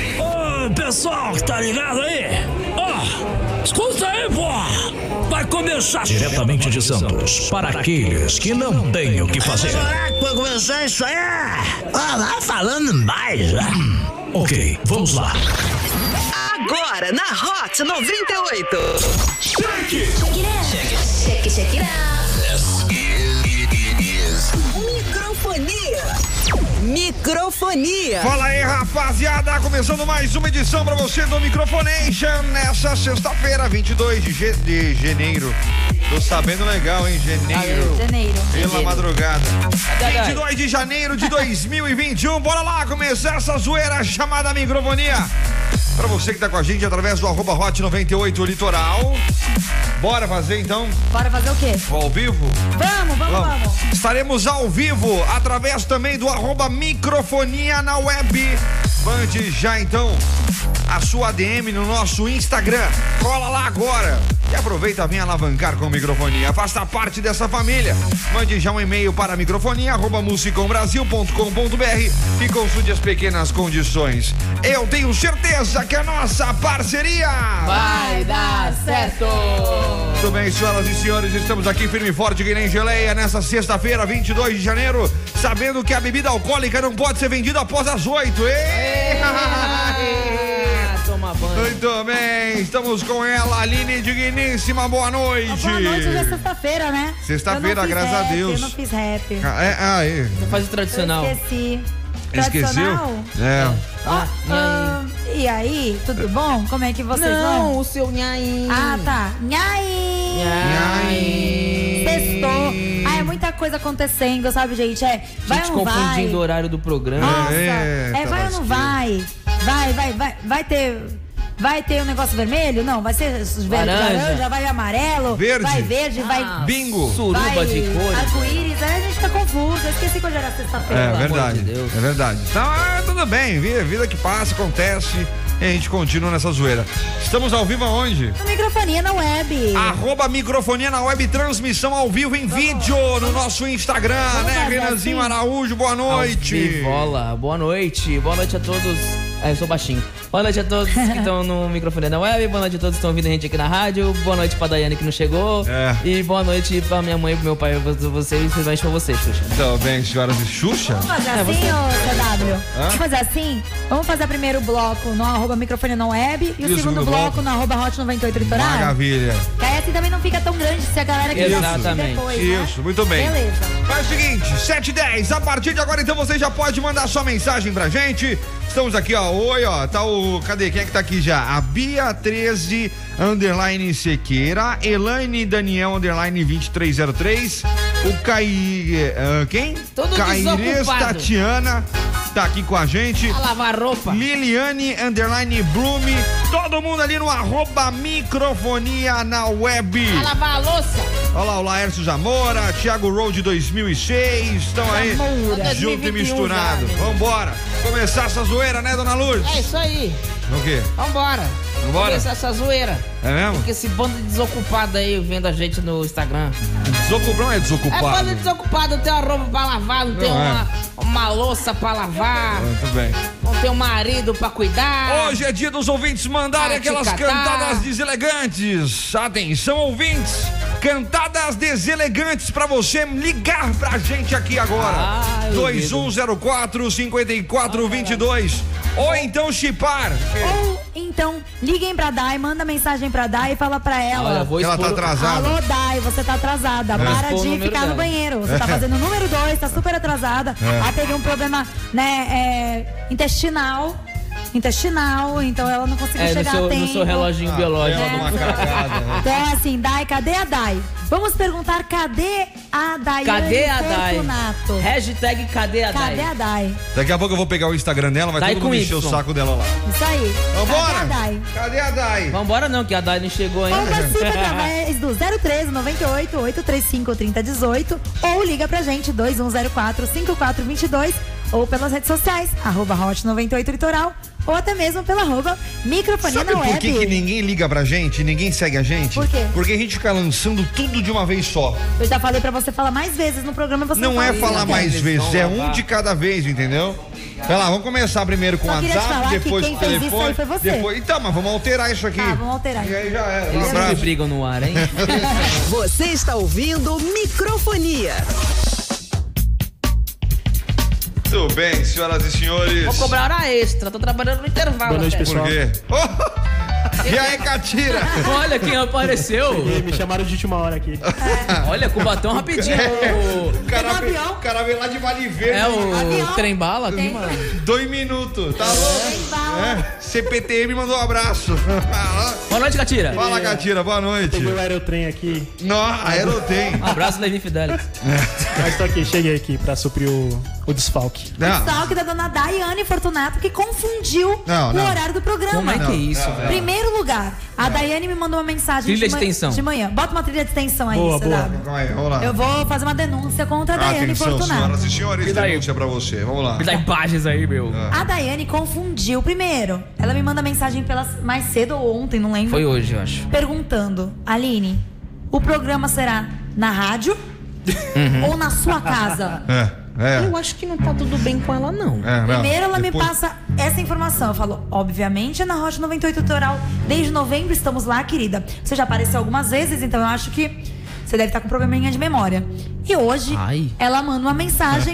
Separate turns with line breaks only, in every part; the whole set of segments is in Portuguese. Salve, pessoal que tá ligado aí? Ó, escuta aí, pô! Vai começar
Diretamente de Santos, para aqueles que não têm o que fazer.
Será que vai começar isso aí? Ó, vai falando mais, né?
Ok, vamos lá.
Agora na Hot 98.
Check, check it out.
Microfonia. Microfonia.
Fala aí, rapaziada! Começando mais uma edição pra você do Microfonation nessa sexta-feira, 22 de, ge- de janeiro. Tô sabendo legal, hein? Janeiro.
Janeiro.
Pela madrugada. 22 de janeiro de 2021. Bora lá começar essa zoeira chamada microfonia. Pra você que tá com a gente através do arroba hot 98 litoral. Bora fazer então
Bora fazer o quê?
ao vivo?
Vamos, vamos, vamos.
Estaremos ao vivo através também do arroba microfonia na web. Mande já então a sua DM no nosso Instagram. Cola lá agora. E aproveita, vem alavancar com microfonia. Faça parte dessa família. Mande já um e-mail para microfonia.musicombrasil.com.br e consulte as pequenas condições. Eu tenho certeza que a nossa parceria.
Vai dar certo!
Muito bem, senhoras e senhores, estamos aqui firme e forte que nem geleia nessa sexta-feira, 22 de janeiro, sabendo que a bebida alcoólica não pode ser vendida após as 8.
Ah, toma banho.
Muito bem, estamos com ela, Aline Digníssima, boa noite.
Boa noite, hoje é sexta-feira, né?
Sexta-feira,
Eu não fiz
graças a
rap,
Deus.
Eu não fiz rap. Eu
Ah, é, ah, é.
Não faz o tradicional.
esqueci.
Esqueceu?
Tradicional?
É.
Ah,
Ah, e aí, tudo bom? Como é que vocês
Não,
vão?
o seu nhaim.
Ah, tá. Nhaí!
Nhaim.
Sextou. Ah, é muita coisa acontecendo, sabe, gente? É, vai
Gente
ou não vai?
confundindo o horário do programa.
Nossa,
É,
é,
tá
vai ou não vai? Vai, vai, vai, vai ter. Vai ter um negócio vermelho? Não, vai ser ver-
Laranja. Ah.
laranja, vai amarelo,
Verde.
vai verde, vai.
Bingo.
Suruba
vai
de cores.
Arco-íris, aí a gente tá confuso. Eu esqueci que hoje era sexta-feira.
É
amor
verdade,
de Deus.
é verdade. Então, ah, tudo bem, vi- vida que passa, acontece e a gente continua nessa zoeira. Estamos ao vivo aonde?
No microfonia é, na web.
Arroba microfonia na web, transmissão ao vivo em vídeo no nosso Instagram, né,
fazer
Renanzinho
assim?
Araújo, boa noite.
Bola. Boa noite. Boa noite a todos. Ah, eu sou baixinho. Boa noite a todos que estão no microfone da web. Boa noite a todos que estão ouvindo a gente aqui na rádio. Boa noite pra Daiane que não chegou.
É.
E boa noite pra minha mãe, pro meu pai, pra vocês. E principalmente pra vocês, Xuxa.
Então, bem, senhoras e Xuxa?
Vamos fazer
É,
assim,
você-
ô CW?
Hã?
Vamos fazer assim? Vamos fazer primeiro o bloco no arroba microfone na web e, o segundo, bloco, no arroba hot 98 litoral.
Maravilha.
Que aí assim também não fica tão grande se a galera que
Exatamente.
depois, né?
Isso, muito bem.
Beleza.
Faz o seguinte, 7 e 10, a partir de agora então você já pode mandar sua mensagem pra gente. Estamos aqui, ó, oi, ó, tá o, cadê, quem é que tá aqui já? A Bia 13, underline Sequeira, Elaine Daniel, underline 2303, o Caí, eh, quem?
Todo
Caires
desocupado.
Tatiana, tá aqui com a gente.
A lavar roupa.
Liliane Underline Blume, todo mundo ali no arroba microfonia na web.
A lavar a louça.
Olha lá o Laércio Zamora, Thiago Road 2006, estão aí
Zamora.
junto e
2021
misturado.
já, né?
Vambora, começar essa zoeira, né, dona Lourdes?
É isso aí.
O quê?
Vambora.
Vambora?
Começa essa zoeira.
É mesmo?
Porque esse bando de desocupado aí vendo a gente no Instagram.
Desocupado não é
É
desocupado.
bando de desocupado, não tem uma roupa pra lavar, não tem
Não é.
uma, uma louça pra lavar,
Muito bem.
não tem um marido pra cuidar.
Hoje é dia dos ouvintes mandarem
Ah, te
aquelas
catar.
cantadas deselegantes. Atenção, ouvintes! Cantadas deselegantes pra você ligar pra gente aqui agora.
Ai,
2104 5422. Ou então chipar.
Ou então, liguem pra Dai, manda mensagem pra Dai e fala pra ela.
Olha, vou
Ela
expor...
tá atrasada. É.
Alô, Dai, você tá atrasada. Para
Expor o
de
número
ficar no
dela.
banheiro. Você tá fazendo o número dois, tá super atrasada.
É.
Ela teve um problema, né, é, intestinal. Intestinal, então ela não conseguiu
É, no
chegar a
seu,
tempo.
no seu reloginho
Ah,
biológico.
Ela numa cagada, né?
Então é assim, Dai, cadê a Dai? Vamos perguntar cadê a Dai?
Cadê a Dai? Hashtag cadê a Dai?
Cadê a Dai?
Daqui a pouco eu vou pegar o Instagram dela, vai
Dai
todo
com
mundo encher o
Y.
saco dela lá.
Isso aí. Cadê a
Vambora!
Dai?
Cadê a Dai?
Vambora não, que a Dai não chegou
Ou
ainda.
participa através do 013 98 835 3018 ou liga pra gente 2104 5422 ou pelas redes sociais, arroba Hot 98 Litoral ou até mesmo pela arroba Microfonia
Sabe
na
por
é,
Web.
que, que ninguém liga pra gente, ninguém segue a gente?
Por quê?
Porque a gente fica lançando tudo de uma vez só.
Eu já falei pra você falar mais vezes no programa e você
Não é
fala. né?
falar mais
Eles
vezes,
vão
é
lavar.
um de cada vez, entendeu? Vai lá, vamos começar primeiro com o
Só queria te falar
WhatsApp,
que
depois
quem
com o
fez isso
telefone.
aí foi você.
Depois... Então, mas vamos alterar isso aqui.
Tá, vamos alterar.
E aí já é. Um
Eles sempre
abraço.
brigam no ar, hein?
Você está ouvindo Microfonia.
Muito bem, senhoras e senhores.
Vou cobrar hora extra, tô trabalhando no intervalo.
Boa noite,
até.
Por
pessoal.
quê? Oh! E aí, Catira?
Olha quem apareceu.
E me chamaram de última hora aqui.
Olha, com o batom rapidinho.
O
Pegou
cara, veio,
um avião?
o cara veio lá de Vale Verde.
É
Avião.
o trem bala aqui, mano.
Dois minutos. Tá louco? É. CPTM mandou um abraço.
Boa noite, Catira.
Fala, Catira. Boa noite.
Peguei o aerotrem aqui,
Não, aerotém.
Abraço, Levi Fidelis.
mas tô aqui, cheguei aqui pra suprir o, o desfalque.
Não,
Salve da dona Daiane Fortunato, que confundiu
Não, não.
o horário do programa.
Como é que é isso,
não,
velho?
Primeiro lugar, a Daiane me mandou uma mensagem
Trilha
de,
de
ma-
tensão.
de manhã. Bota uma trilha de tensão aí,
Boa, boa.
CW.
calma aí, vamos lá.
Eu vou fazer uma denúncia contra a Daiane
Atenção,
Fortunato.
senhoras e Ah, senhores,
daí?
denúncia pra você. Vamos lá.
Me dá imagens aí, meu.
A Daiane confundiu. Primeiro, ela me manda mensagem pela, mais cedo ou ontem, não lembro.
Foi hoje, eu acho.
Perguntando, Aline, o programa será na rádio ou na sua casa?
É, é.
Eu acho que não tá tudo bem com ela, não.
é não.
Primeiro ela me
Depois-
passa essa informação. Eu falo, obviamente, é na Rocha 98 Toral. Desde novembro estamos lá, querida. Você já apareceu algumas vezes, então eu acho que você deve estar com um probleminha de memória. E hoje
Ai.
ela manda uma mensagem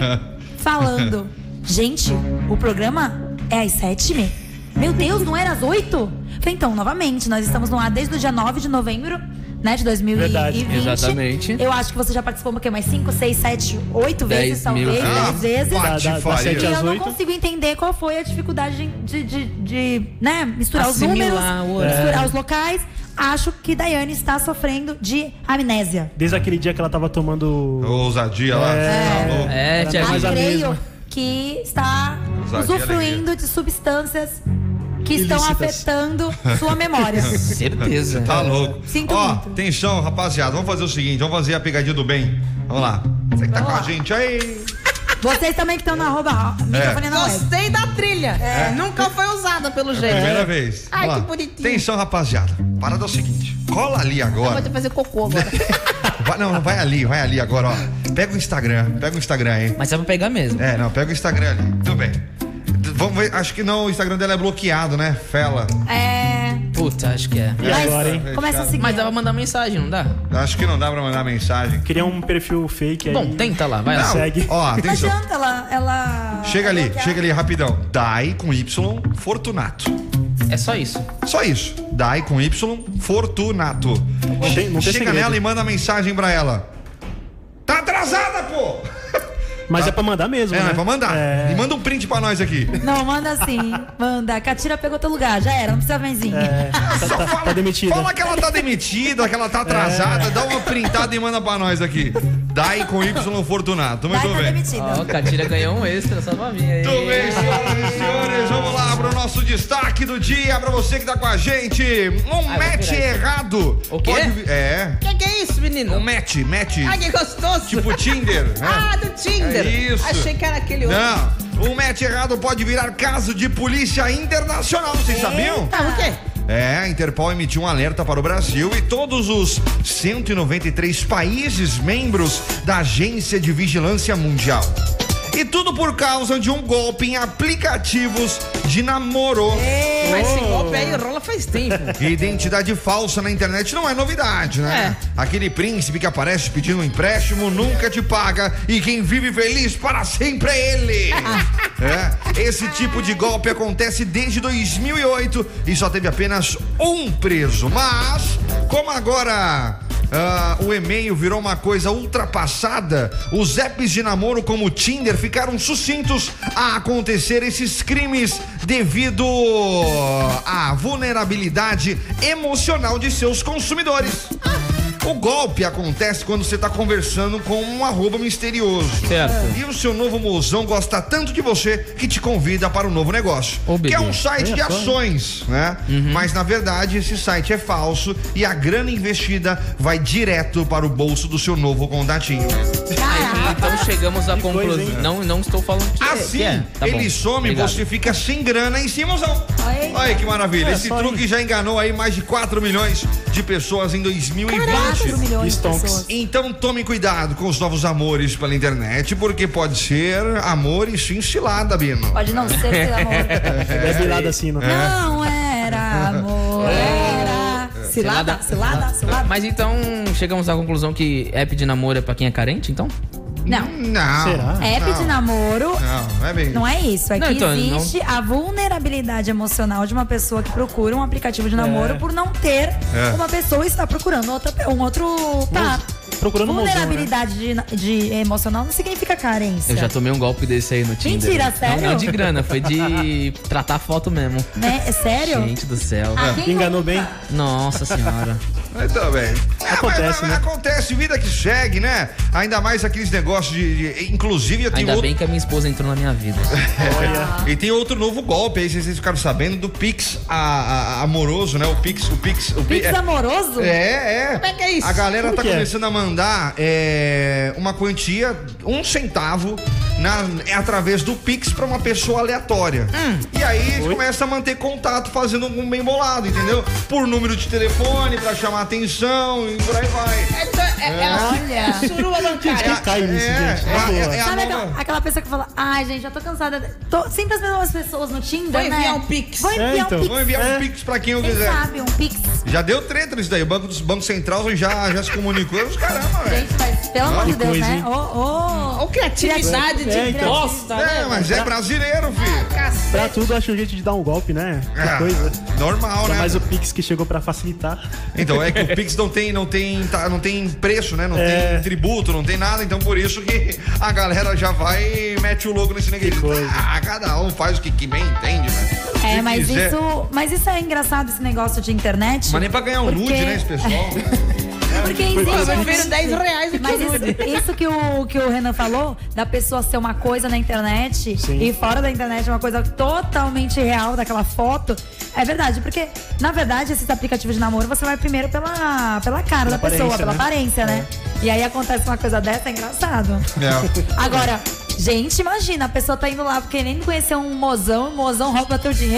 falando: Gente, o programa é às sete? me? Meu Deus, não era às oito? Falei, então, novamente, nós estamos no ar desde o dia 9 de novembro. Né, de 2020.
Verdade.
Exatamente.
Eu acho que você já participou o quê? Mais 5, 6, 7, 8
Dez
vezes,
mil. né?
talvez,
Ah,
10 né, vezes.
vai
Da- da- das
Faria.
sete
E
às
eu não
oito.
consigo entender qual foi a dificuldade de, de, de, de, né, misturar
Assimilar
os
o
números,
horário.
misturar os
É.
locais. Acho que Daiane está sofrendo de amnésia.
Desde aquele dia que ela tava tomando.
Ousadia lá.
É.
tá louco.
É,
É
Tiago.
mais
Ah,
a
creio
mesma.
que está
Ousadia,
usufruindo de substâncias que estão
Ilícitas.
afetando sua memória.
Certeza.
Tá louco.
É. Sinto
Ó,
muito.
atenção, rapaziada. Vamos fazer o seguinte: vamos fazer a pegadinha do bem. Vamos lá. Você que tá com a gente aí.
Vocês também que estão na arroba
É.
ó, microfone na web.
Gostei da trilha. É, Nunca foi usada, pelo
É.
jeito.
É Primeira vez.
Ai,
Vamos
que
lá.
bonitinho.
Atenção, rapaziada. Parada é o seguinte: cola ali
Tá
Eu Vou
agora.
ter que É, fazer cocô
Né?
agora.
Vai, não, não, vai ali, vai ali agora, ó. Pega o Instagram, pega o Instagram aí.
Mas é pra pegar mesmo.
É, não, pega o Instagram ali. Tudo bem. D- Vamos ver, acho que não, o Instagram dela é bloqueado, né? Fela.
É.
Puta, acho que é.
Mas
agora, hein?
começa a seguir.
Mas dá pra mandar mensagem, não dá?
Acho que não dá pra mandar mensagem.
Queria um perfil fake aí.
É. Bom, tenta lá, vai lá.
Não,
Segue.
Ó,
Não
atenção.
adianta, ela. ela
Ah, Chega ali,
bloquear.
chega ali rapidão. Dai com Y, Fortunato.
É só isso.
Só isso. Dai com Y, Fortunato.
Não tem- não tem
Chega
segredo.
nela e manda mensagem pra ela. Tá atrasada, pô!
Mas é pra mandar mesmo.
É,
né?
não, é pra mandar.
É.
E manda um print pra nós aqui.
Não, manda assim. Manda. Catira pegou teu lugar, já era, não precisa benzinho.
É, tá,
Só
tá-
fala,
tá demitida.
Fala que ela tá demitida, que ela tá atrasada. Dá uma printada e manda pra nós aqui. Dai com Y Fortunato. Muito
Vai tá
bem.
demitido.
Ó, Catira ganhou um extra só pra mim aí.
Muito bem, senhoras e senhores, vamos lá pro nosso destaque do dia, pra você que tá com a gente. Um
vou
match
virar
errado.
O quê?
Pode vi- é,
que que é isso, menino?
um match, match.
Ai, que gostoso.
Tipo Tinder, né?
Ah, do Tinder.
É isso.
Achei que era aquele outro.
Não, um match errado pode virar caso de polícia internacional, vocês sabiam?
Ah, o quê?
É, a Interpol emitiu um alerta para o Brasil e todos os 193 países membros da Agência de Vigilância Mundial. E tudo por causa de um golpe em aplicativos de namoro.
Mas esse golpe aí rola faz tempo.
Identidade falsa na internet não é novidade, né? Aquele príncipe que aparece pedindo um empréstimo nunca te paga e quem vive feliz para sempre é ele. É, esse tipo de golpe acontece desde 2008 e só teve apenas um preso. Mas, como agora ah, o e-mail virou uma coisa ultrapassada, os apps de namoro como o Tinder ficaram sucintos a acontecer esses crimes devido à vulnerabilidade emocional de seus consumidores. O golpe acontece quando você está conversando com um arroba misterioso.
Certo.
E o seu novo mozão gosta tanto de você que te convida para um novo negócio.
Ô,
que
bebê.
é
Uhum.
um site de ações, né? Mas na verdade esse site é falso e a grana investida vai direto para o bolso do seu novo contatinho.
É, Então chegamos à
coisa,
conclusão.
hein?
Não, não estou falando que é-
Assim,
que é. Tá bom.
ele some,
Obrigado.
você fica sem grana e sem mozão.
Aí.
Olha aí que maravilha.
É,
Esse
só aí.
truque já enganou aí mais de 4 milhões de pessoas em 2020.
4 milhões de
Stonks.
pessoas.
Então tome cuidado com os novos amores pela internet, porque pode ser amor e sim cilada, Bino.
Pode não ser, pelo amor.
É, é virada assim, não.
Não era amor,
É.
era. Cilada, cilada, cilada.
Mas então chegamos à conclusão que app de namoro é pra quem é carente, então?
Não.
Não.
Será?
App de namoro
Não, não é bem.
Não é isso, é
Não,
que
então, não-
existe a vulnerabilidade emocional de uma pessoa que procura um aplicativo
É.
de namoro por não ter
É.
uma pessoa e está procurando outra, um outro par.
um
Procurando um mozão,
vulnerabilidade de na- de, emocional não significa carência.
né? Eu já tomei um golpe desse aí no Tinder.
Mentira, sério?
Não, não de grana, foi de tratar foto mesmo.
Né? É sério?
Gente do céu.
Ah, quem
Enganou bem?
Nossa senhora.
Então, bem. É, mas,
Acontece,
mas
né?
acontece, vida que segue, né? Ainda mais aqueles negócios de. de- inclusive, eu tenho
Ainda
outro.
bem que a minha esposa entrou na minha vida.
E tem outro novo golpe aí, vocês ficaram sabendo, do Pix a- a- amoroso, né? O Pix, o Pix, o Pix.
Pix
é-
amoroso?
É, é.
Tipo, Como é que é isso?
A galera
Como
tá
que é?
começando a mandar é, uma quantia, um centavo, na, é através do Pix pra uma pessoa aleatória.
Hum.
E aí começa a manter contato fazendo um bem bolado, entendeu? Por número de telefone, pra chamar atenção e por aí vai.
É, então, é, é a- é a suruba
É a-
bancária.
cai nisso,
é,
gente?
é a-
Na
é
boa.
a
Sabe
nova-
aquela, aquela pessoa que fala, ai gente, já tô cansada. de- Tô sempre as mesmas pessoas no Tinder,
Vou
né?
enviar um Pix.
Vou enviar
É, então.
um Pix.
Vou enviar um
É.
Pix pra quem eu
Quem
quiser.
sabe um Pix?
Já deu treta nisso daí. O Banco, dos, banco Central já, já se comunicou. Os caramba, velho.
Gente, mas pelo amor de Deus,
coisa,
né?
hein?
Ô, ô.
Ou criatividade
É,
de
então.
Nossa!
É, mas é brasileiro, filho.
Pra
cacete.
tudo, acho um jeito de dar um golpe, né? Que
Ah,
coisa.
Normal,
Ainda
né?
mais o Pix que chegou pra facilitar.
Então, é que o Pix não tem, não tem, tá- não tem preço, né? Não
É.
tem tributo, não tem nada. Então, por isso que a galera já vai e mete o louco nesse negócio.
coisa.
Ah, cada um faz o que, que bem entende, né?
É,
Se
mas
quiser.
isso, mas isso é engraçado, esse negócio de internet.
Mas nem pra ganhar um
Porque-
nude, né, esse pessoal?
Porque
Eu
existe. um
prefiro
monte-
10 reais do que
Mas isso, isso que, o, que o Renan falou, da pessoa ser uma coisa na internet
Sim.
e fora da internet uma coisa totalmente real daquela foto, é verdade. Porque, na verdade, esses aplicativos de namoro, você vai primeiro pela, pela cara da pessoa,
aparência,
pela
né?
aparência, né? E aí acontece uma coisa dessa, é engraçado.
É.
Agora, gente, imagina, a pessoa tá indo lá porque nem conheceu um mozão, o mozão rouba teu dinheiro.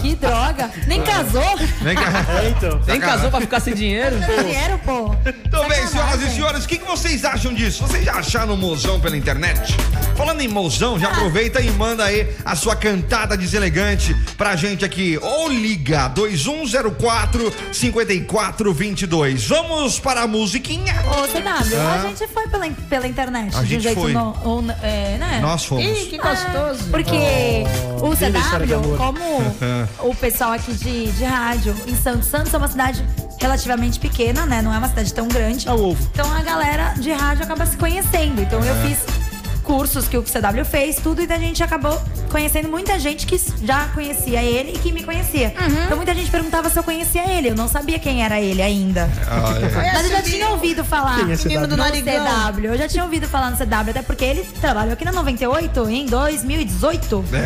que droga. Nem casou.
Vem cá.
É, então.
Nem
Sacanagem.
casou pra ficar sem dinheiro?
Teu dinheiro, pô.
Então, bem,
Sacanagem.
senhoras e senhores, o que, que vocês acham disso? Vocês já acharam mozão pela internet? Falando em mozão,
Ah.
já aproveita e manda aí a sua cantada deselegante pra gente aqui. Ou liga 2104-5422. Vamos para a musiquinha?
Ô, CW, a gente foi pela, in- pela internet,
A
de um
gente
jeito
foi.
no- ou n- é, né? Ah,
Nós fomos.
Ih, que gostoso.
Ah.
Porque
Oh,
o
viva a história de
CW,
amor.
como o pessoal aqui de, de rádio em Santos, Santos é uma cidade relativamente pequena, né? Não é uma cidade tão grande.
É o ovo.
Então a galera de rádio acaba se conhecendo. Então eu fiz cursos que o CW fez, tudo, e a gente acabou conhecendo muita gente que já conhecia ele e que me conhecia.
Uhum.
Então muita gente perguntava se eu conhecia ele. Eu não sabia quem era ele ainda.
Ah,
Mas eu já
Esse
tinha ouvido falar.
Quem é esse
Menino do
dado?
No
narigão.
CW, eu já tinha ouvido falar no CW, até porque ele trabalhou aqui na 98 em 2018.
é,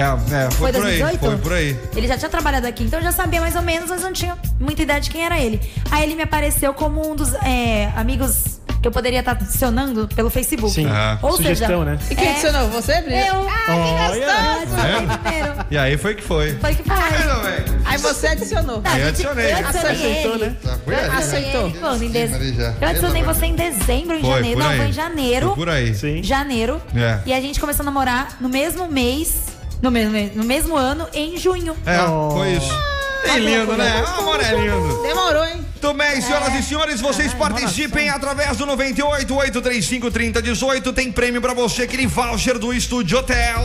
é, foi,
Foi
por aí.
2018?
Foi por aí.
Ele já tinha trabalhado aqui, então eu já sabia mais ou menos, mas não tinha muita ideia de quem era ele. Aí ele me apareceu como um dos é, amigos que eu poderia estar adicionando pelo Facebook.
Sim.
Ah.
Ou
Sugestão,
seja, é,
né?
E
É.
quem adicionou? Você, Brito?
eu.
Olha.
adicionei primeiro.
E aí foi que foi.
Foi que foi.
Então, bem.
Aí você adicionou.
Tá,
Aí eu
gente,
adicionei.
Eu adicionei
Aceitou,
ele.
né?
Tá,
Eu adicionei
Aceitou.
ele quando? Ah, Em dez...
Maria, já.
Eu adicionei você em dezembro, em janeiro. Não, foi em
Foi
janeiro.
por aí.
Sim.
janeiro.
É.
E a gente começou a namorar no mesmo mês, no mesmo, mês- no mesmo ano, em junho.
É, foi isso. É lindo, né? Ah, Amor é lindo.
Demorou, hein?
Muito bem, senhoras e senhores, vocês participem através do 98-835-3018. Tem prêmio pra você, aquele voucher do Estúdio Hotel.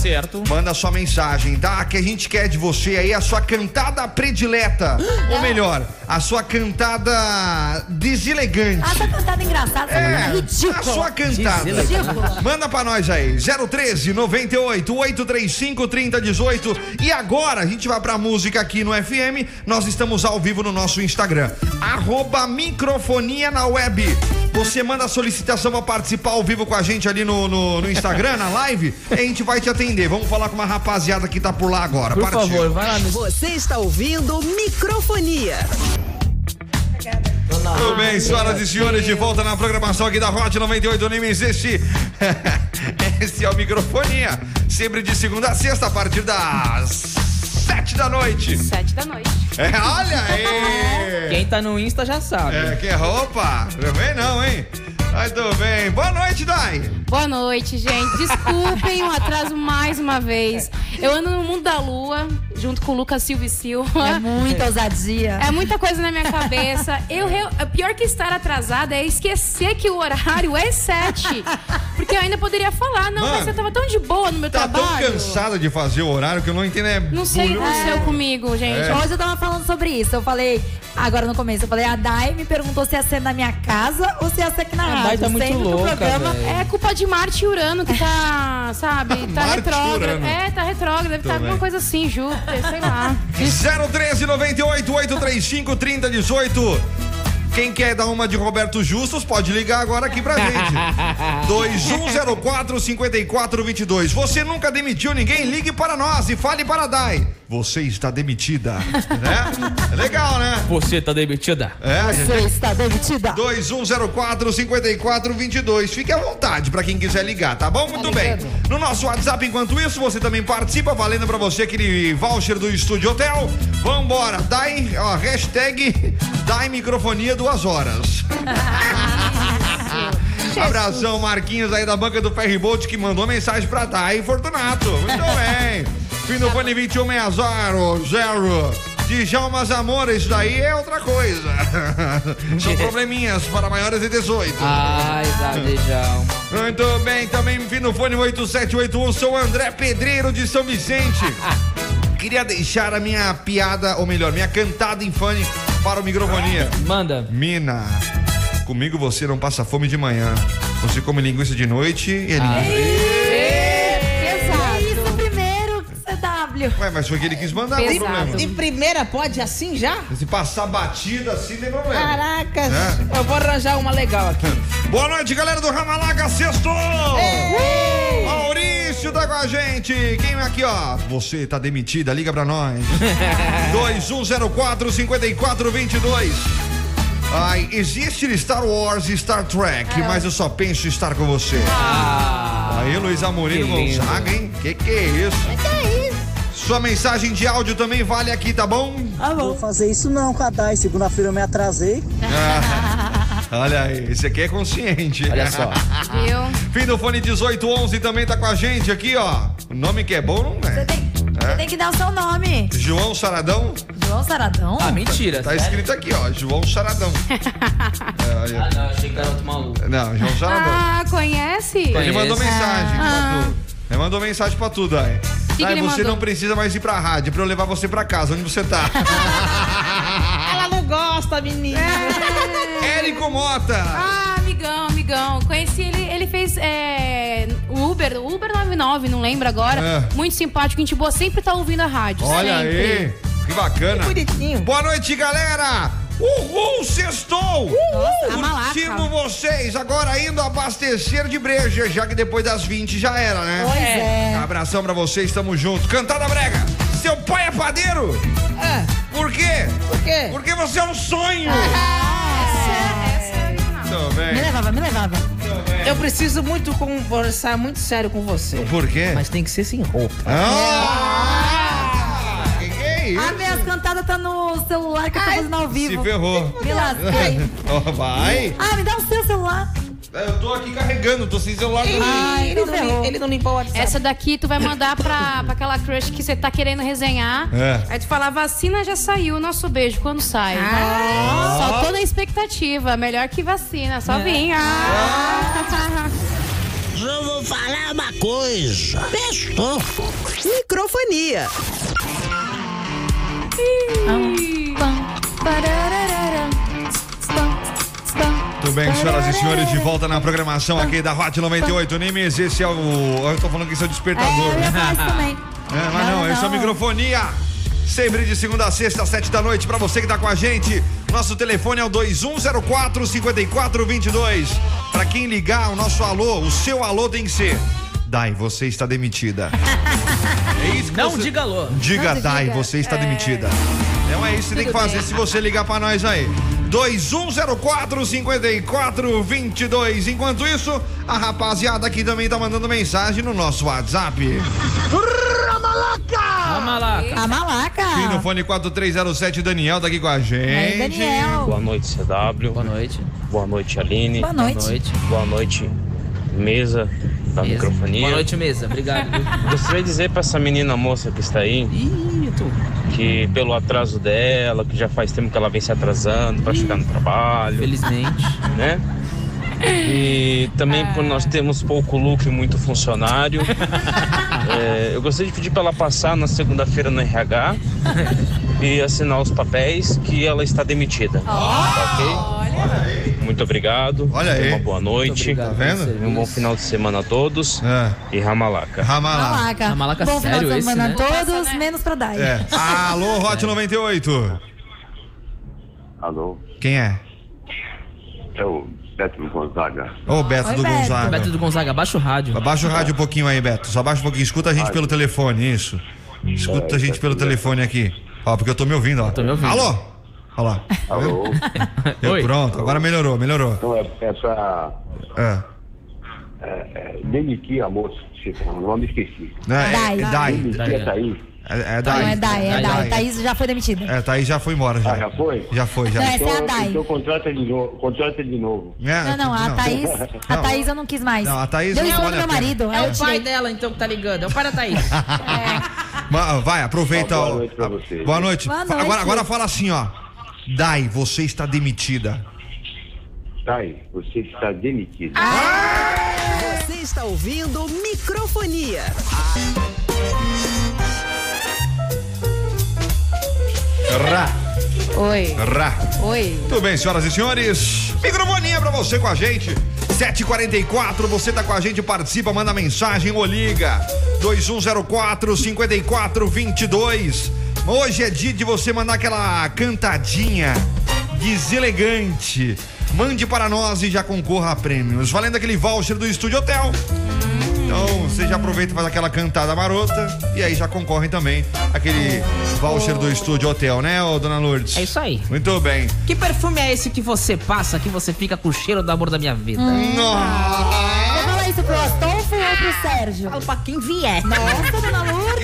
Certo.
Manda sua mensagem, tá? Que a gente quer de você aí a sua cantada predileta. Ou melhor, a sua cantada deselegante.
Ah, tá cantada engraçada, essa
É,
menina é
a
ridícula.
sua cantada.
Ridícula.
Manda pra nós aí, 013 98 835 3018. E agora a gente vai pra música aqui no FM. Nós estamos ao vivo no nosso Instagram, arroba microfonia na web. Você manda a solicitação pra participar ao vivo com a gente ali no, no, no Instagram, na live, e a gente vai te atender. Vamos falar com uma rapaziada que tá por lá agora.
Por
Partiu.
favor, vai lá no
Você está ouvindo Microfonia.
Tudo bem, senhoras e senhores, de volta na programação aqui da Hot 98 Nimes. Este, este é o Microfonia, sempre de segunda a sexta, a partir das sete sete da noite.
Sete da noite.
É, olha aí!
Quem tá no Insta já sabe.
É, que roupa! Também não, hein? Muito bem. Boa noite, Dai!
Boa noite, gente. Desculpem o atraso mais uma vez. Eu ando no mundo da lua, junto com o Lucas Silva e
É
Silva.
muita ousadia.
É muita coisa na minha cabeça. Eu re- Pior que estar atrasada é esquecer que o horário é sete. Porque eu ainda poderia falar, não,
Mano,
mas eu tava tão de boa no meu
Tá tão
trabalho.
cansada de fazer o horário que eu não entendo. É
Não sei o que
bulhão.
aconteceu comigo,
É.
gente.
Hoje eu tava falando sobre isso. Eu falei, agora no começo, eu falei, a Dai me perguntou se ia ser na minha casa ou se ia ser aqui na
A Dai
rádio.
tá muito
Sendo que o
louca,
programa
velho.
É culpa de Marte e Urano que tá, sabe, tá
Marte e
retrógrado.
Urano.
É, tá retrógrado, deve
Tô
tá
bem.
alguma coisa assim, Júpiter, sei lá.
013 98 835 3018. Quem quer dar uma de Roberto Justus, pode ligar agora aqui pra gente. 2104 5422. Você nunca demitiu ninguém? Ligue para nós e fale para a Dai. Você está demitida. né? É legal, né?
Você tá demitida?
É, gente.
Você está demitida?
2104-5422. Fique à vontade pra quem quiser ligar, tá bom? Muito bem. No nosso WhatsApp, enquanto isso, você também participa, valendo pra você aquele voucher do Estúdio Hotel. Vambora, dai, ó, hashtag dai microfonia duas horas. Abração, Marquinhos aí da banca do Ferry Bolt que mandou mensagem pra Dai Fortunato. Muito bem. Fim do Fone 2160. Djalmas Amores, isso daí é outra coisa. São probleminhas para maiores de 18.
Ai, Zadejão.
Muito bem, também vi no fone 8781, sou o André Pedreiro de São Vicente. Queria deixar a minha piada, ou melhor, minha cantada em fone para o microfonia.
Manda.
Mina, comigo você não passa fome de manhã. Você come linguiça de noite e é linguiça.
Pesado. Isso primeiro, CW.
Ué, mas foi o que ele quis mandar, não tem
Pesado.
problema.
De primeira pode assim já?
Se passar batida assim, tem problema.
Caracas.
É.
Eu vou arranjar uma legal aqui.
Boa noite, galera do Ramalaga Sexto! Maurício tá com a gente! Quem é aqui, ó? Você tá demitida, liga pra nós. 2104-5422. Ai, existe Star Wars e Star Trek,
É.
mas eu só penso em estar com você.
Ah,
Ah,
Aí, Luiz Amorino
que lindo.
Gonzaga, hein? Que que é isso?
Que é isso?
Sua mensagem de áudio também vale aqui, tá bom?
Ah, bom.
fazer isso não, Cadai. Segunda-feira eu me atrasei.
Olha aí, esse aqui é consciente.
Olha só.
Viu?
Fim do fone 1811 também tá com a gente aqui, ó. O nome que é bom não
Você
é.
tem, você tem que dar o seu nome.
João Saradão,
João um Saradão?
Ah, mentira.
É
tá escrito aqui, ó. João Saradão. É,
Ah,
olha.
não, achei que era outro maluco.
Não, João Saradão.
Ah, conhece?
Ele mandou
conheço.
mensagem
Ah.
pra tu. Ele mandou mensagem pra tu, Dai.
que
Dai,
ele
você
mandou?
não precisa mais ir pra rádio pra eu levar você pra casa, onde você tá.
Ela não gosta, menina.
É.
Érico Mota!
Ah, amigão, amigão. Conheci ele, ele fez é, o Uber, o Uber 99, não lembro agora.
É.
Muito simpático, gente boa, sempre tá ouvindo a rádio.
Olha
sempre.
aí, que bacana.
Bonitinho.
Boa noite, galera! Uhul, sextou!
Nossa, tá a malaca.
Curtindo vocês, agora indo abastecer de breja, já que depois das 20 já era, né?
Pois é.
Abração pra vocês, tamo junto. Cantada brega! Seu pai é padeiro?
Ah,
Por quê?
por quê?
Porque você é um sonho!
Essa é a original.
Me
Também,
levava, me levava.
também.
Eu preciso muito conversar muito sério com você.
Por quê?
Mas tem que ser assim, sem roupa.
Ah! Que que é
Ah,
isso?
minhas cantadas tá no celular que eu tô fazendo ao
Se
vivo.
ferrou.
Me lasquei.
Ó, vai!
Ah, me dá o seu celular.
Eu tô aqui carregando, tô sem celular.
Ih,
Ai,
ele,
me
não,
ferrou.
li- ele não limpou o WhatsApp.
Essa daqui tu vai mandar pra, pra aquela crush que você tá querendo resenhar.
É.
Aí tu fala, "A vacina já saiu, nosso beijo quando sai. Só tô na expectativa, melhor que vacina, só vim. Ah.
Eu vou falar uma coisa. Pestou.
Microfonia.
Muito bem, senhoras e senhores, de volta na programação aqui da Hot 98 Nimes. Esse é o. Eu tô falando que esse é o despertador.
É, eu ia falar isso também.
É, mas não, esse é o microfonia. Sempre de segunda a sexta, às sete da noite, pra você que tá com a gente. Nosso telefone é o 2104-5422. Pra quem ligar, o nosso alô, o seu alô tem que ser. Dai, você está demitida. É isso que
Não
você-
diga alô.
Diga,
Não
Dai,
diga. É.
você está demitida. Então é isso que tem que
Tudo
fazer
bem.
se você ligar pra nós aí. 2104-5422. Enquanto isso, a rapaziada aqui também tá mandando mensagem no nosso WhatsApp.
A malaca.
A malaca.
Fim no fone 4307, Daniel tá aqui com a
Ah. Aí,
gente.
Daniel.
noite, CW.
Boa noite.
Boa noite, Aline.
Boa
Boa
noite.
noite.
Boa noite, mesa da
Mesa.
microfonia.
Boa noite, mesa. Obrigado. viu?
Gostaria de dizer pra essa menina moça que está aí
Ih, tu.
que pelo atraso dela, que já faz tempo que ela vem se atrasando pra chegar no trabalho,
Felizmente.
né? E também por nós temos pouco lucro e muito funcionário. é, eu gostaria de pedir pra ela passar na segunda-feira no RH e assinar os papéis que ela está demitida. Muito obrigado.
Olha aí.
Uma boa noite.
Obrigado.
Tá vendo?
Serviço.
Um bom final de semana a todos.
É.
E Ramalaca.
Ramalá.
Malaca.
Ah, A malaca
Bom final
sério
de
esse,
semana
né?
a todos, menos pra Dai.
É. Alô, Hot 98.
Alô,
Quem é?
é o Beto Gonzaga.
Ô, Beto
Oi,
do
Beto.
Gonzaga.
Beto do Gonzaga, abaixa o rádio.
Abaixa o rádio um pouquinho aí, Beto. Só abaixa um pouquinho. Escuta a gente pelo telefone, isso. Escuta a gente pelo telefone aqui. Ó, porque eu tô me ouvindo, ó.
tô me ouvindo.
Alô? Olha lá.
Alô,
Deu
Oi.
pronto, agora melhorou, melhorou.
então é, é pra
É.
é, demitir a moça, tipo, o nome esqueci.
É, é, é Dai.
Demitir essa aí.
É, é
Não,
Dai.
é Dai, é Dai. Thaís já foi demitida.
É, Thaís já foi embora, já.
Ah, já foi?
Já foi, já.
Não, essa é a
Então,
Dai.
então contrata de novo, contrata de novo.
É,
Não, não, a Thaís, a
Não.
Thaís eu não quis mais.
Não, a Thaís
Deu
não
em cima
vale
do
a
meu
pena.
marido.
É
eu
o
tirei.
pai dela, então, que tá ligando. É o pai da Thaís.
Ma- Vai, aproveita.
Uma boa
ó.
noite pra vocês.
Boa noite.
Boa
Fa-
noite.
Agora, agora fala assim, ó. Dai, você está demitida.
Dai, Tá você está demitido.
Você está ouvindo microfonia.
Ra,
Oi.
ra.
Oi.
Tudo bem, senhoras e senhores? Microfonia pra você com a gente. 7h44, você tá com a gente, participa, manda mensagem ou liga. 2104-5422. Hoje é dia de você mandar aquela cantadinha deselegante. Mande para nós e já concorra a prêmios. Valendo aquele voucher do Estúdio Hotel. Então você já aproveita e faz aquela cantada marota e aí já concorre também aquele voucher do Estúdio Hotel, né, ô, dona Lourdes?
É isso aí.
Muito bem.
Que perfume é esse que você passa que você fica com o cheiro do amor da minha vida?
Hum.
Eu
Nossa!
vou falar isso pro Astolfo ou pro Sérgio?
Fala pra quem vier.
Nossa, dona Lourdes!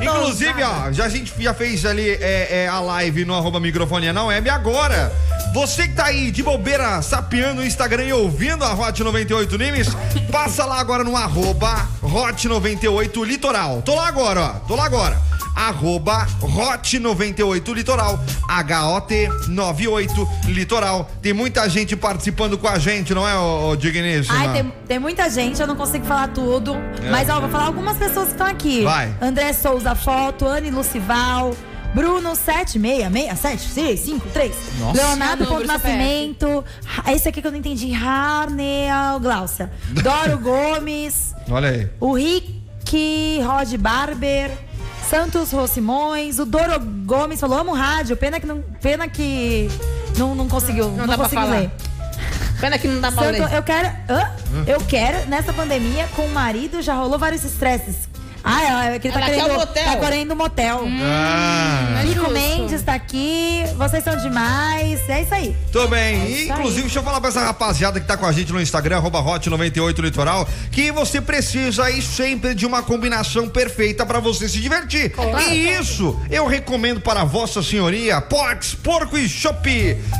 Inclusive, ó, já a gente já fez ali é, é, a live no arroba microfonia na web. Agora, você que tá aí de bobeira sapeando o Instagram e ouvindo a Hot 98 Nimes, passa lá agora no arroba Hot 98 Litoral. Tô lá agora, ó. Tô lá agora. arroba Hot 98 Litoral, H-O-T 98 Litoral. Tem muita gente participando com a gente, não é, ô, ô Digníssima?
Ai, tem, tem muita gente, eu não consigo falar tudo. Mas, ó, vou falar algumas pessoas que estão aqui.
Vai.
André Souza Foto, Anne Lucival, Bruno 766753,
Nossa.
Leonardo
Meu
Ponto
número CPF.
Nascimento, Ra- esse aqui que eu não entendi, Raneal Glaucia, Doro Gomes,
Olha aí.
o Rick Rod Barber, Santos Rossimões, o Doro Gomes falou, amo rádio, pena que não, pena que não, não conseguiu, não,
dá pra
conseguiu
falar.
ler.
Pena que não dá pra
Santo,
ler.
eu quero. hã? Eu quero, nessa pandemia, com o marido, já rolou vários estresses. Ah, é, é que ele tá
Ela quer
querendo,
um motel.
tá querendo um motel.
Ah.
Nico
justo.
Mendes tá aqui, vocês são demais. É isso aí.
Tô bem.
isso
Inclusive, deixa eu falar pra essa rapaziada que tá com a gente no Instagram, arroba Hot 98 Litoral, que você precisa aí sempre de uma combinação perfeita pra você se divertir. E isso eu recomendo para a vossa senhoria, Pox, Porco e Chopp.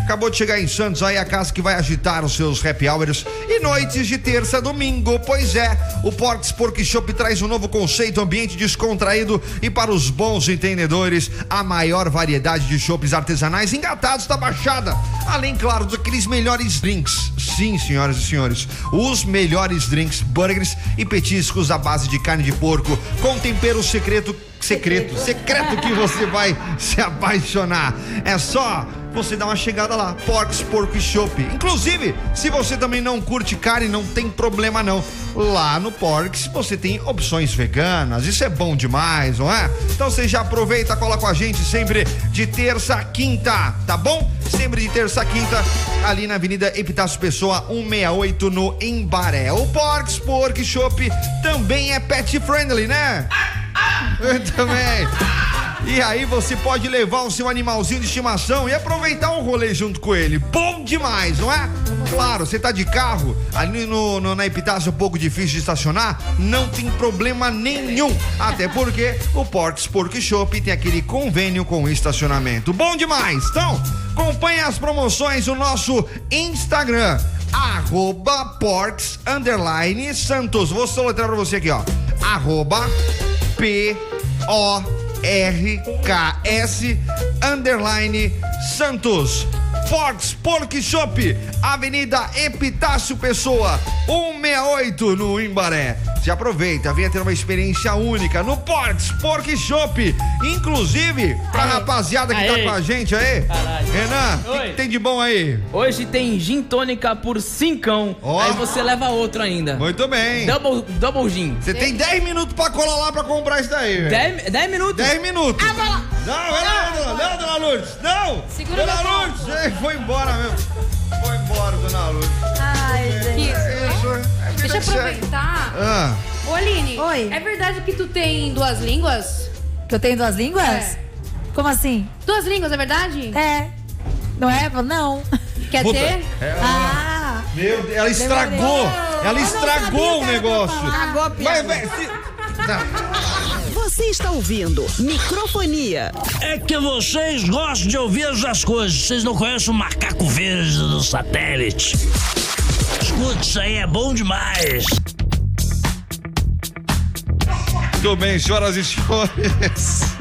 Acabou de chegar em Santos aí a casa que vai agitar os seus happy hours e noites de terça a domingo. Pois é, o Pox, Porco e Chopp traz um novo conceito, ambiente descontraído e para os bons entendedores, a maior variedade de chopps artesanais engatados da Baixada. Além, claro, daqueles melhores drinks. Sim, senhoras e senhores, os melhores drinks, burgers e petiscos à base de carne de porco com tempero secreto, secreto, secreto que você vai se apaixonar. É só você dar uma chegada lá, Porcos Porco e Shop. Inclusive, se você também não curte carne, não tem problema não. Lá no Porcs você tem opções veganas, isso é bom demais, não é? Então você já aproveita, cola com a gente sempre de terça a quinta, tá bom? Sempre de terça a quinta, ali na Avenida Epitácio Pessoa 168 no Embaré. O Porcs Porco e Shop também é pet friendly, né? Eu também. E aí você pode levar o seu animalzinho de estimação e aproveitar o rolê junto com ele. Bom demais, não é? Claro, você tá de carro, ali no, no- na Epitácio é um pouco difícil de estacionar, não tem problema nenhum. Até porque o Porks Pork Shop tem aquele convênio com o estacionamento. Bom demais! Então, acompanhe as promoções no nosso Instagram, arroba Porks underline Santos. Vou soletrar pra você aqui, ó. Arroba P-O-R-K-S underline Santos. Forks Pork Shop, Avenida Epitácio Pessoa, 168 no Imbaré. Se aproveita, venha ter uma experiência única no Porks Pork Shop. Inclusive, pra rapaziada que
Aê.
tá com a gente aí,
Caralho.
Renan, o que,
Oi.
que tem de bom aí?
Hoje tem gin tônica por cincão. Aí você leva outro ainda.
Muito bem.
Double, double gin.
Você tem 10 minutos pra colar lá pra comprar isso daí. velho.
10 10 minutos?
10 minutos. Não, vai lá, dona- não, dona Lourdes, não!
Segura
dona
meu
Lourdes! Ei, Foi embora mesmo. Foi embora, É, dona Lourdes.
Ai, gente. Deixa
Tá
eu
que segue.
aproveitar.
é Ah.
Ô, Aline, é verdade que tu tem duas línguas?
Que eu tenho duas línguas? Como assim?
Duas línguas, é verdade?
É. Não é? Não. Ah.
Quer
Puta,
ter?
ela- Meu Deus, ela estragou! Ela estragou o negócio! Mas, velho, se-
Você está ouvindo Microfonia.
É que vocês gostam de ouvir essas coisas. Vocês não conhecem o macaco verde do satélite. Escute, isso aí é bom demais.
Muito bem, senhoras e senhores.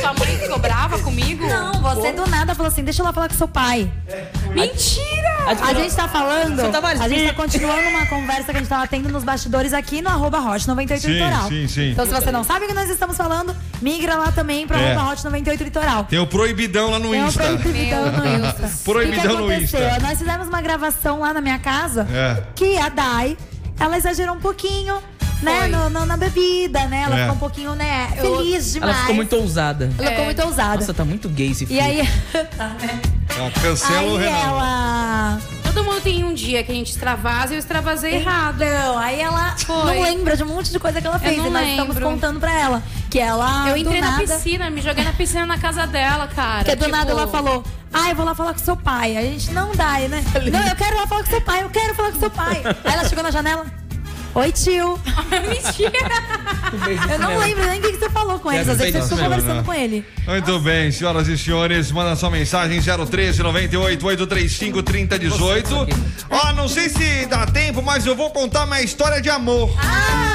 Sua mãe ficou brava comigo?
Ah, Não, você do nada falou assim: deixa eu lá falar com seu pai.
É.
Mentira!
A gente tá falando,
Você tava
a gente tá
ali.
continuando uma conversa que a gente tava tendo nos bastidores aqui no arroba Hot 98
Sim,
Litoral.
sim, sim.
Então se você não sabe o que nós estamos falando, migra lá também pro
É.
arroba Hot 98 Litoral.
Tem o proibidão lá no
Tem o
Insta.
proibidão no Insta.
Proibidão
o que
no
aconteceu?
Insta.
Nós fizemos uma gravação lá na minha casa
É.
que a Dai, ela exagerou um pouquinho, né, no- no- na bebida, né? Ela
É.
ficou um pouquinho, né, feliz demais.
Ela ficou muito ousada.
Ela ficou muito ousada.
Nossa, tá muito gay esse
E
filme.
aí,
cancela
aí é,
é o Renan.
ela...
Todo mundo tem um dia que a gente extravasa e eu extravasei Tá errado.
Não, aí ela não lembra de um monte de coisa que ela fez.
Eu não
e nós estamos
lembro.
contando pra ela. Que ela.
Eu
do
entrei na
nada-
piscina, me joguei na piscina na casa dela, cara.
Porque do
Tipo,
nada ela falou, ah, eu vou lá falar com seu pai. A gente não dá, né?
Tá
Não, eu quero lá falar com seu pai, eu quero falar com seu pai. Aí ela chegou na janela. Oi, tio.
Mentira!
Um
Eu não lembro nem o que que você falou com ele.
Deve
Às vezes
ter
você ficou
isso mesmo,
conversando
né?
com ele.
Muito bem, senhoras e senhores, manda sua mensagem 013 98 835 3018. Ó, Ah, não sei se dá tempo, mas eu vou contar minha história de amor.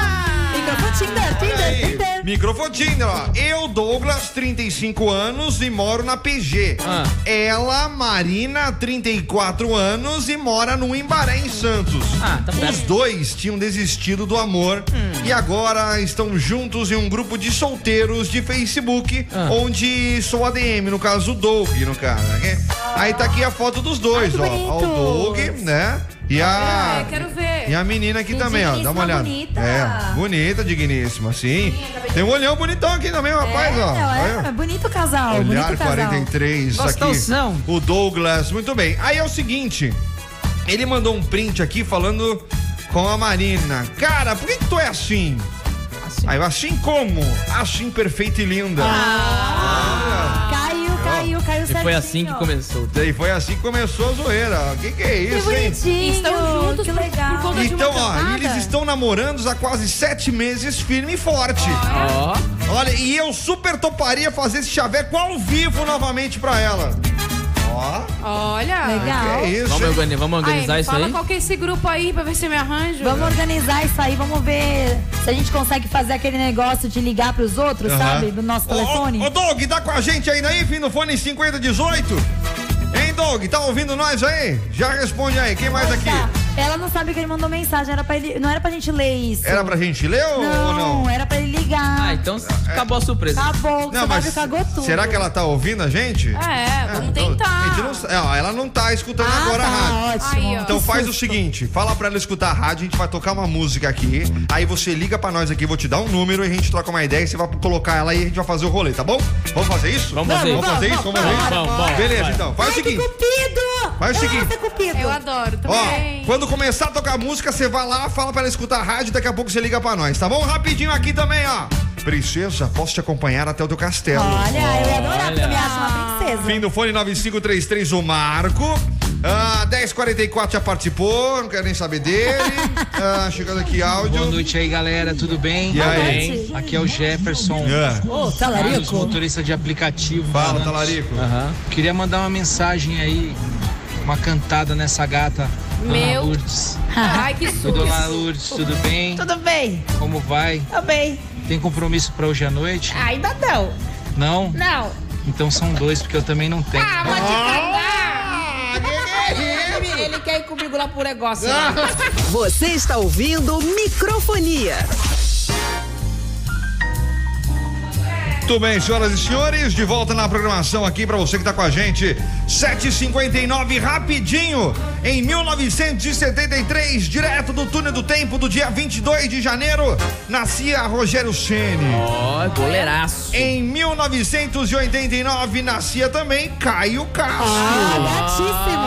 Microfone
Ah,
Tinder, Tinder, Tinder.
Microfone Tinder, ó. Eu, Douglas, 35 anos e moro na PG. Ela, Marina, 34 anos e mora no Imbaré, em Santos.
Ah. tá
Hum.
Os dois tinham desistido do amor e agora estão juntos em um grupo de solteiros de Facebook,
Ah.
onde sou ADM, no caso o Doug, no caso. né? Aí tá aqui a foto dos dois, ó. Ó, O Doug, né? E a.
É, quero ver.
E a menina aqui também, ó. Dá
Digníssima,
uma olhada.
bonita.
É, bonita, digníssima, sim. Tem um olhão bonitão aqui também, o rapaz, ó. Olha.
É, é bonito o casal,
Olhar
bonito o casal.
43 aqui.
Gostosão.
O Douglas, muito bem. Aí é o seguinte, ele mandou um print aqui falando com a Marina. Cara, por que, que tu é assim? Aí eu, assim como? Assim perfeita e linda.
Caiu, caiu, caiu certinho.
assim começou. E foi assim que começou a zoeira. O que, que é
Que
isso, hein?
bonitinho.
Estão juntos
que
por-
legal.
por conta de
Então,
uma
ó,
camada?
eles estão namorando há quase sete meses, firme e forte. Olha, e eu super toparia fazer esse chaveco ao vivo novamente pra ela. Ó.
Olha!
Legal.
Que isso,
Vamos
hein?
organi- vamos organizar
Ai,
isso
fala
aí?
qual que é esse grupo aí pra ver se eu me arranjo.
Vamos organizar isso aí, vamos ver se a gente consegue fazer aquele negócio de ligar pros outros,
Aham.
sabe? Do nosso
Ô, ô,
telefone.
Ô, Doug, tá com a gente ainda aí, fim do fone 5018? Hein, Doug, tá ouvindo nós aí? Já responde aí, quem mais aqui?
tá. Ela não sabe que ele mandou mensagem, era pra ele, não era pra gente ler isso.
Era pra gente ler ou
não,
ou não?
era pra ele ligar.
Ah, então acabou a surpresa.
Acabou,
Não,
você
mas
mas... é cagou tudo. Ah,
Será que ela tá ouvindo a gente? Ah, então,
É, vamos
A
tentar.
gente não sa- é, ó, ela não tá escutando
Ah,
agora a
tá,
rádio.
ótimo. Aí, ó.
então
Que
faz o seguinte, fala pra ela escutar a rádio, a gente vai tocar uma música aqui, aí você liga pra nós aqui, eu vou te dar um número e a gente troca uma ideia e você vai colocar ela aí e a gente vai fazer o rolê, tá bom? Vamos fazer isso?
Vamos fazer
Vamos
isso.
fazer isso? Vamos fazer isso?
Vamos, vamos,
Beleza,
vamos.
então. Faz o
Ai, que
seguinte.
Tá cupido!
Faz o
Eu
seguinte.
amo ser cupido.
Eu adoro
Ó,
também.
quando Quando começar a tocar música, você vai lá, fala pra ela escutar a rádio, daqui a pouco você liga pra nós, tá bom? Rapidinho aqui também, ó. Princesa, posso te acompanhar até o teu castelo.
Olha, eu ia adorar, porque eu me acho uma princesa.
Fim do fone 9533, o Marco. Ah, 1044 já participou, não quero nem saber dele. Ah, chegando aqui áudio.
Boa noite aí, galera. Tudo bem?
E aí?
Tudo bem? Aqui é o Jefferson.
É.
Ô, talarico.
Um dos motoristas de aplicativo.
Fala,
né?
talarico.
Aham. Queria mandar uma mensagem aí, uma cantada nessa gata.
Meu.
Dona Lourdes.
Ai, que susto.
Oi, Dona Lourdes, tudo bem?
Tudo bem?
Como vai?
Tudo bem.
Tem compromisso pra hoje à noite?
Ah, ainda não.
Não?
Não.
Então são dois, porque eu também não tenho.
Ah, mas te cagar. Ele- Ele quer ir comigo lá pro negócio. né?
Você está ouvindo microfonia.
Muito bem, senhoras e senhores, de volta na programação aqui pra você que tá com a gente. 7h59, rapidinho, em 1973, direto do túnel do tempo, do dia 22 de janeiro, nascia Rogério Ceni.
Ó, goleiraço.
Em 1989, nascia também Caio Castro.
Gatíssimo.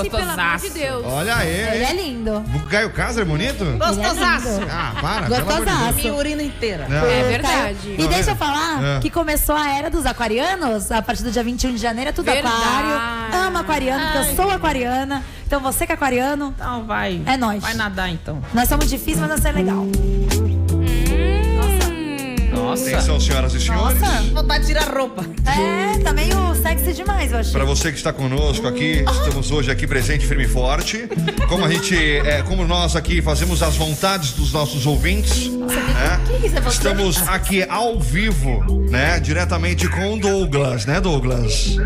Esse, pelo amor
gostosaço.
de Deus.
Olha
Ele
aí.
é
hein?
lindo.
O Caio Castro é bonito?
Gostosaço.
Ah, para, pelo amor de Deus.
Gostosaço.
Minha urina inteira.
Não.
É verdade.
E deixa eu falar
É.
que começou a era dos aquarianos. A partir do dia 21 de janeiro é tudo
Verdade.
aquário. Amo aquariano, porque eu sou aquariana. Então você que é aquariano,
Então vai.
É nóis.
Vai nadar então.
nós somos difíceis, mas nós é legal.
Nossa.
Atenção, senhoras e senhores.
Vontade de tirar a roupa.
É, também o sexy demais, eu acho.
Para você que está conosco aqui, estamos hoje aqui presente, firme e forte. Como a gente, é, como nós aqui fazemos as vontades dos nossos ouvintes, né?
que isso é você?
Estamos aqui ao vivo, né? Diretamente com o Douglas, né, Douglas?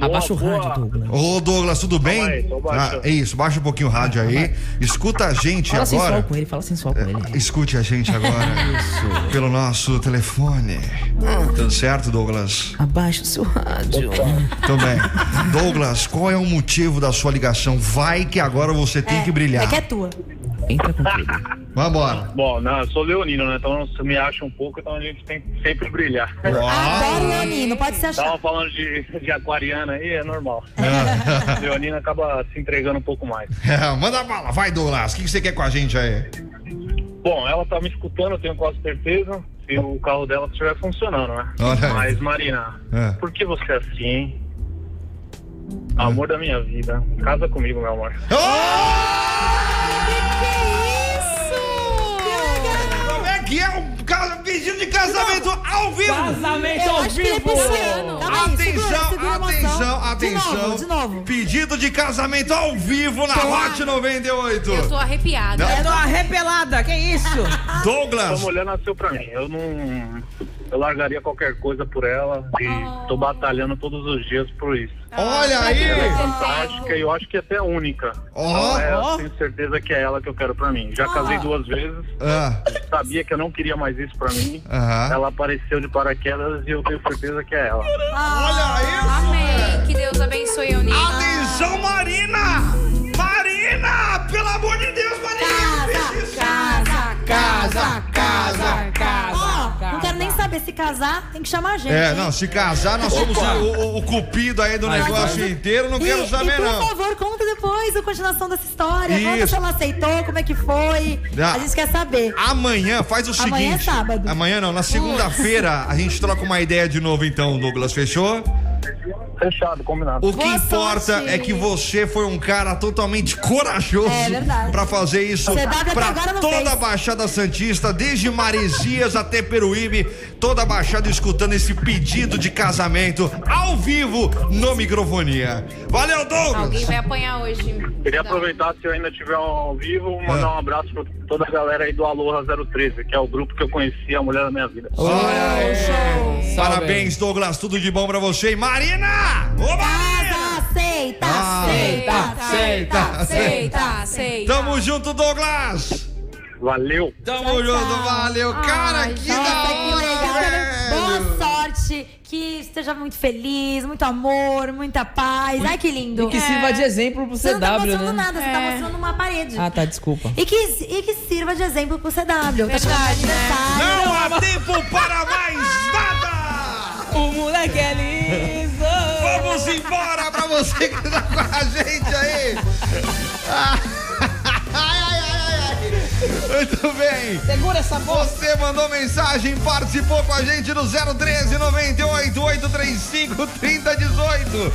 Abaixa o rádio, Douglas.
Ô, Douglas, tudo bem?
aí, tô baixando.
Ah, isso, baixa um pouquinho o rádio aí. Escuta a gente
Fala sensual
agora.
com ele, fala sensual com ele.
Escute a gente agora pelo nosso telefone.
Ah.
Tudo certo, Douglas?
Abaixa o seu rádio.
Também. Douglas, qual é o motivo da sua ligação? Vai que agora você tem que brilhar.
É que é tua.
Entra com tudo.
Vambora.
Bom, não, eu sou leonino, né? Então você me acha um pouco, então a gente tem que sempre brilhar.
Adoro leonino, pode se
Tá.
achar.
Tava falando de, de aquariana aí, é normal. Leonino acaba se entregando um pouco mais.
É, manda bala, vai, Douglas. O que que você quer com a gente aí?
Bom, ela tá me escutando, eu tenho quase certeza, se o carro dela estiver funcionando, né?
Olha aí.
Mas, Marina,
É.
por que você é assim, hein? Amor da minha vida, casa comigo, meu amor.
Como é que é o ca- pedido de casamento ao vivo?
Casamento
Eu
ao
acho que ele é
vivo.
pisciano. Calma aí,
Atenção,
segura, segura a emoção.
atenção, atenção.
De novo, de novo.
Pedido de casamento ao vivo na Hot 98.
Eu tô arrepiada.
Eu tô arrepelada, que isso?
Sua
Douglas,
mulher nasceu pra mim. Eu não. Eu largaria qualquer coisa por ela e tô batalhando todos os dias por isso.
Ah,
olha aí.
Ela é fantástica e eu acho que até única.
Ó.
Então, é, eu tenho certeza que é ela que eu quero pra mim. Já casei duas vezes,
Ah,
sabia que eu não queria mais isso pra mim.
aham.
Ela apareceu de paraquedas e eu tenho certeza que é ela.
Ah,
Olha isso.
Amém. Que Deus abençoe eu, Nico.
Atenção, Marina! Marina! Pelo amor de Deus, Marina! Preciso-
Casa,
casa, casa.
Ó, não quero nem saber se casar, tem que chamar a gente.
É,
hein?
não, se casar, nós somos o, o- o cupido aí do
Mas
negócio
vai.
inteiro, não
E,
quero
e
saber,
por
não.
favor, conta depois a continuação dessa história. Conta
Isso.
se ela aceitou, como é que foi.
Ah.
A gente quer saber.
Amanhã, faz o seguinte.
Amanhã é sábado.
Amanhã não, na segunda-feira a gente troca uma ideia de novo, então, Douglas, fechou?
Fechado, combinado.
O que
Boa
importa
sorte.
é que você foi um cara totalmente corajoso
É verdade.
pra fazer isso
CW até
pra
agora não
toda
fez.
a Baixada Santista, desde Maresias até Peruíbe, toda a Baixada escutando esse pedido de casamento ao vivo no microfonia. Valeu,
Alguém
Douglas!
vai apanhar hoje.
Queria aproveitar, se eu ainda estiver ao vivo, mandar
Ah.
um abraço pra toda a galera aí do Aloha 013, que é o grupo que eu conheci, a mulher da minha vida.
Olha aí. Parabéns,
Parabéns.
Douglas, tudo de bom pra você. E Marina! Ô, Marina!
Casa, aceita,
Ah.
aceita,
Aceita, aceita,
aceita, aceita.
Tamo junto, Douglas!
Valeu!
um
Tamo junto, valeu, cara, que da
Nossa, que legal. né?
hora, velho.
Boa sorte, que esteja muito feliz, muito amor, muita paz. Ai, que lindo.
E que sirva de exemplo pro CW,
Você não tá mostrando
né?
nada, você tá
É.
mostrando uma parede.
Ah, tá, desculpa.
E que, e que sirva de exemplo pro CW. tá chegando
Verdade, né?
de aniversário.
Não há tempo para mais nada!
O moleque é liso.
Vamos embora pra você que tá com a gente aí! Muito bem.
Segura essa
boca. Você mandou mensagem, participou com a gente no 013 98 835 3018.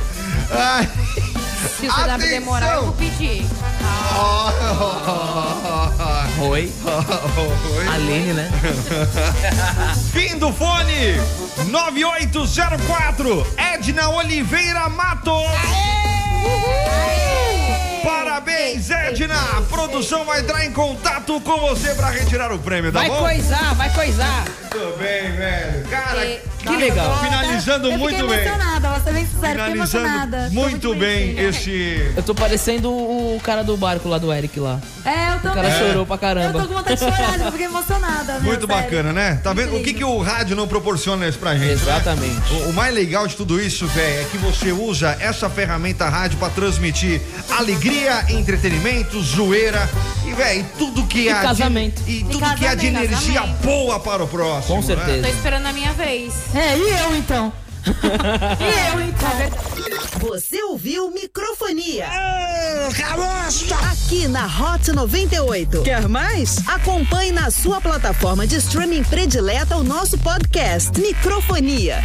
Ai.
Se o CW demorar, eu vou pedir.
Oh, oh, oh, oh.
Oi.
Oi.
Aline, né?
Fim do fone 9804 Edna Oliveira Matos. Parabéns, Edna! A produção vai entrar em contato com você pra retirar o prêmio, tá
Vai
bom?
coisar, vai coisar.
Muito bem, velho. Cara, tá
E-
que legal. Finalizando
eu
muito
fiquei
bem.
emocionada, vou ser bem sincera, fiquei emocionada.
Finalizando muito bem esse.
Eu tô parecendo o o cara do barco lá do Eric lá.
É, eu
O
também.
cara chorou pra
Eu
caramba.
tô com vontade de chorar, eu fiquei emocionada. meu, sério.
Muito bacana, né? Tá vendo o que, que o rádio não proporciona isso pra gente?
Exatamente.
O, o mais legal de tudo isso, velho, é que você usa essa ferramenta rádio pra transmitir alegria, entretenimento, zoeira e, velho, tudo que
E
há.
casamento.
De, e
E
tudo que há de
casamento.
energia
Casamento.
boa para o próximo. né?
Com certeza.
Tô esperando a minha vez.
É, e eu então?
E eu, então. Você ouviu Microfonia. Ah, Aqui na Hot 98. Quer mais? Acompanhe na sua plataforma de streaming predileta o nosso podcast Microfonia.